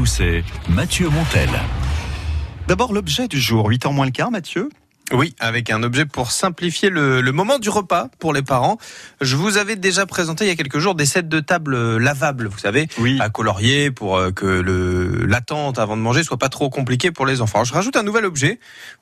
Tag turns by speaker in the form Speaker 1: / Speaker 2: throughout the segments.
Speaker 1: Doucet, Mathieu Montel.
Speaker 2: D'abord l'objet du jour, 8h moins le quart Mathieu
Speaker 3: Oui, avec un objet pour simplifier le, le moment du repas pour les parents. Je vous avais déjà présenté il y a quelques jours des sets de table euh, lavables, vous savez,
Speaker 2: Oui.
Speaker 3: à colorier pour euh, que le- l'attente avant de manger soit pas trop compliquée pour les enfants. Alors, je rajoute un nouvel objet.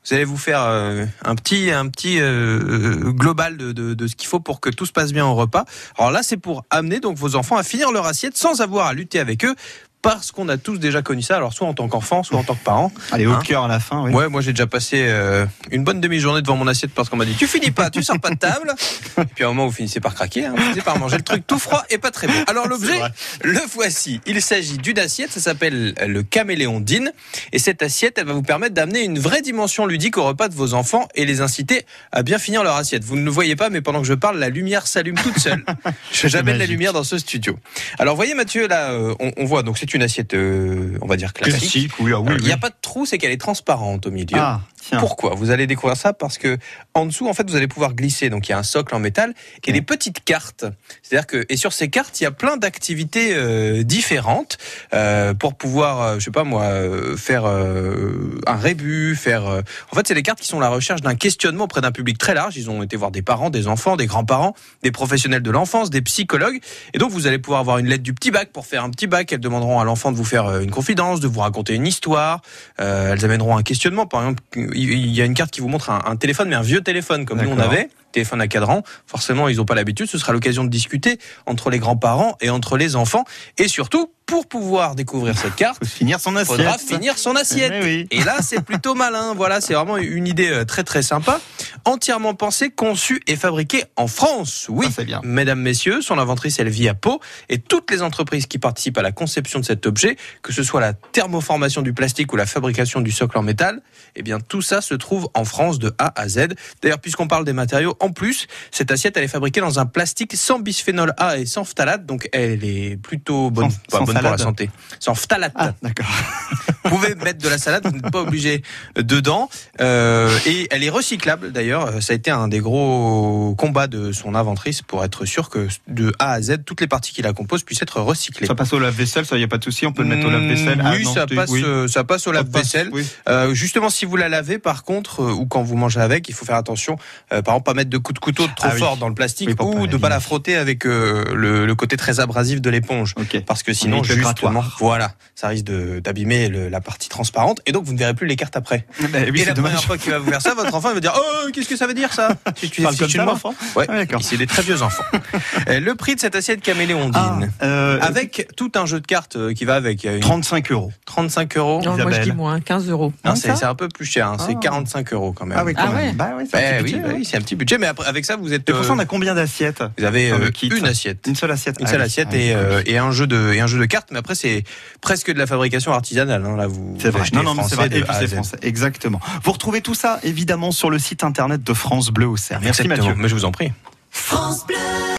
Speaker 3: Vous allez vous faire euh, un petit, un petit euh, global de, de- de ce qu'il faut pour que tout se passe bien au repas. Alors là, c'est pour amener donc vos enfants à finir leur assiette sans avoir à lutter avec eux. Parce qu'on a tous déjà connu ça, alors soit en tant qu'enfant, soit en tant que parent.
Speaker 2: Allez au
Speaker 3: Hein
Speaker 2: cœur à la fin, oui.
Speaker 3: Ouais, moi j'ai déjà passé euh, une bonne demi-journée devant mon assiette parce qu'on m'a dit tu finis pas, tu sors pas de table. Et puis à un moment vous finissez par craquer, hein, vous finissez par manger le truc tout froid et pas très bon. Alors l'objet,
Speaker 2: vrai.
Speaker 3: le voici. Il s'agit d'une assiette, ça s'appelle le caméléon dîne. Et cette assiette, elle va vous permettre d'amener une vraie dimension ludique au repas de vos enfants et les inciter à bien finir leur assiette. Vous ne le voyez pas, mais pendant que je parle, la lumière s'allume toute seule. Je fais jamais de la
Speaker 2: magique.
Speaker 3: lumière dans ce studio. Alors voyez Mathieu, là, euh, on, on voit, donc c'est une assiette, euh, on va dire classique.
Speaker 2: Classique, oui, ah oui.
Speaker 3: Il n'y a
Speaker 2: oui.
Speaker 3: pas de trou, c'est qu'elle est transparente au milieu.
Speaker 2: Ah, tiens.
Speaker 3: Pourquoi Vous allez découvrir ça parce que en dessous, en fait, vous allez pouvoir glisser. Donc, il y a un socle en métal et
Speaker 2: Ok.
Speaker 3: des petites cartes. C'est-à-dire que et sur ces cartes, il y a plein d'activités euh, différentes euh, pour pouvoir, euh, je sais pas moi, euh, faire euh, un rébut, faire. euh, En fait, c'est des cartes qui sont à la recherche d'un questionnement auprès d'un public très large. Ils ont été voir des parents, des enfants, des grands-parents, des professionnels de l'enfance, des psychologues. Et donc, vous allez pouvoir avoir une lettre du petit bac pour faire un petit bac. Elles demanderont à l'enfant de vous faire euh, une confidence, de vous raconter une histoire. Euh, elles amèneront un questionnement. Par exemple, il il y a une carte qui vous montre un, un téléphone, mais un vieux téléphone, comme nous on
Speaker 2: D'accord.
Speaker 3: avait. Téléphone à cadran. Forcément, ils n'ont pas l'habitude. Ce sera l'occasion de discuter entre les grands-parents et entre les enfants. Et surtout, pour pouvoir découvrir cette carte,
Speaker 2: Faut finir son
Speaker 3: il faudra
Speaker 2: assiette.
Speaker 3: finir son assiette.
Speaker 2: Eh oui.
Speaker 3: Et là, c'est plutôt malin. Voilà, c'est vraiment une idée euh, très très sympa, entièrement pensée, conçue et fabriquée en France. Oui,
Speaker 2: Ça, Ah, c'est bien.
Speaker 3: mesdames, messieurs, son inventrice, elle vit à Pau. Et toutes les entreprises qui participent à la conception de cet objet, que ce soit la thermoformation du plastique ou la fabrication du socle en métal, eh bien, tout ça se trouve en France de A à Z. D'ailleurs, puisqu'on parle des matériaux, en plus, cette assiette, elle est fabriquée dans un plastique sans bisphénol A et sans phtalate. Donc, elle est plutôt
Speaker 2: Sans-
Speaker 3: bonne, pas
Speaker 2: sans
Speaker 3: bonne pour la
Speaker 2: salade.
Speaker 3: santé. Sans phtalate.
Speaker 2: Ah, d'accord.
Speaker 3: Vous pouvez mettre de la salade, vous n'êtes pas obligé dedans. Euh, et elle est recyclable d'ailleurs. Euh, Ça a été un des gros combats de son inventrice pour être sûr que de A à Z, toutes les parties qui la composent puissent être recyclées.
Speaker 2: Ça passe au lave-vaisselle, ça y a pas de souci, on peut le mettre au lave-vaisselle.
Speaker 3: Mm,
Speaker 2: Ah,
Speaker 3: oui,
Speaker 2: non,
Speaker 3: ça,
Speaker 2: t'es-
Speaker 3: passe,
Speaker 2: oui.
Speaker 3: euh, ça passe au
Speaker 2: Ça
Speaker 3: lave-vaisselle.
Speaker 2: passe, oui.
Speaker 3: Euh, justement, si vous la lavez, par contre, euh, ou quand vous mangez avec, il faut faire attention. Euh, par exemple, pas mettre de coups de couteau trop
Speaker 2: Ah oui.
Speaker 3: fort dans le plastique
Speaker 2: Oui, pour pas
Speaker 3: ou de
Speaker 2: l'abîmer.
Speaker 3: pas la frotter avec euh, le- le côté très abrasif de l'éponge
Speaker 2: Ok.
Speaker 3: parce que sinon
Speaker 2: évite le
Speaker 3: justement
Speaker 2: grattoir.
Speaker 3: voilà ça risque de- d'abîmer le- la partie transparente et donc vous ne verrez plus les cartes après
Speaker 2: Bah oui,
Speaker 3: et la
Speaker 2: c'est dommage.
Speaker 3: première fois qu'il va vous faire ça votre enfant il va dire oh qu'est-ce que ça veut dire ça si tu
Speaker 2: Parle comme
Speaker 3: tu
Speaker 2: ça,
Speaker 3: le vois.
Speaker 2: l'enfant
Speaker 3: ouais
Speaker 2: Ah, d'accord.
Speaker 3: c'est des très vieux enfants Euh, le prix de cette assiette caméléondine
Speaker 2: Ah, euh,
Speaker 3: avec tout un jeu de cartes euh, qui va avec il y a une
Speaker 2: 35 euros.
Speaker 3: 35 euros
Speaker 4: Non, moi je dis
Speaker 2: Isabelle.
Speaker 4: moins, 15 euros.
Speaker 3: Non,
Speaker 2: Comme
Speaker 3: c'est
Speaker 2: ça
Speaker 3: c'est un peu plus cher hein, c'est
Speaker 2: Ah.
Speaker 3: 45 euros quand même
Speaker 4: quand Ah même. ouais.
Speaker 2: Bah oui, c'est un
Speaker 3: Ben
Speaker 2: petit
Speaker 3: oui,
Speaker 2: budget,
Speaker 3: ben
Speaker 2: ouais.
Speaker 3: oui, c'est un petit budget mais après, avec ça vous êtes
Speaker 2: Et pour ça,
Speaker 3: euh,
Speaker 2: on a combien d'assiettes
Speaker 3: vous avez
Speaker 2: dans le
Speaker 3: euh,
Speaker 2: kit
Speaker 3: une assiette
Speaker 2: Une seule assiette.
Speaker 3: Une
Speaker 2: Ah
Speaker 3: seule
Speaker 2: oui,
Speaker 3: assiette
Speaker 2: ah oui,
Speaker 3: et,
Speaker 2: ah oui.
Speaker 3: euh, et un jeu de et un jeu de cartes, mais après c'est presque de la fabrication artisanale. hein. Là, vous
Speaker 2: C'est vrai.
Speaker 3: achetez
Speaker 2: Non, non, mais c'est
Speaker 3: français
Speaker 2: vrai.
Speaker 3: de
Speaker 2: Et puis
Speaker 3: A à
Speaker 2: c'est
Speaker 3: Z.
Speaker 2: français. Exactement. Vous retrouvez tout ça, évidemment, sur le site internet de France Bleu au Cerf. Merci,
Speaker 3: Exactement.
Speaker 2: Mathieu.
Speaker 3: Mais je vous en prie.
Speaker 5: France Bleu.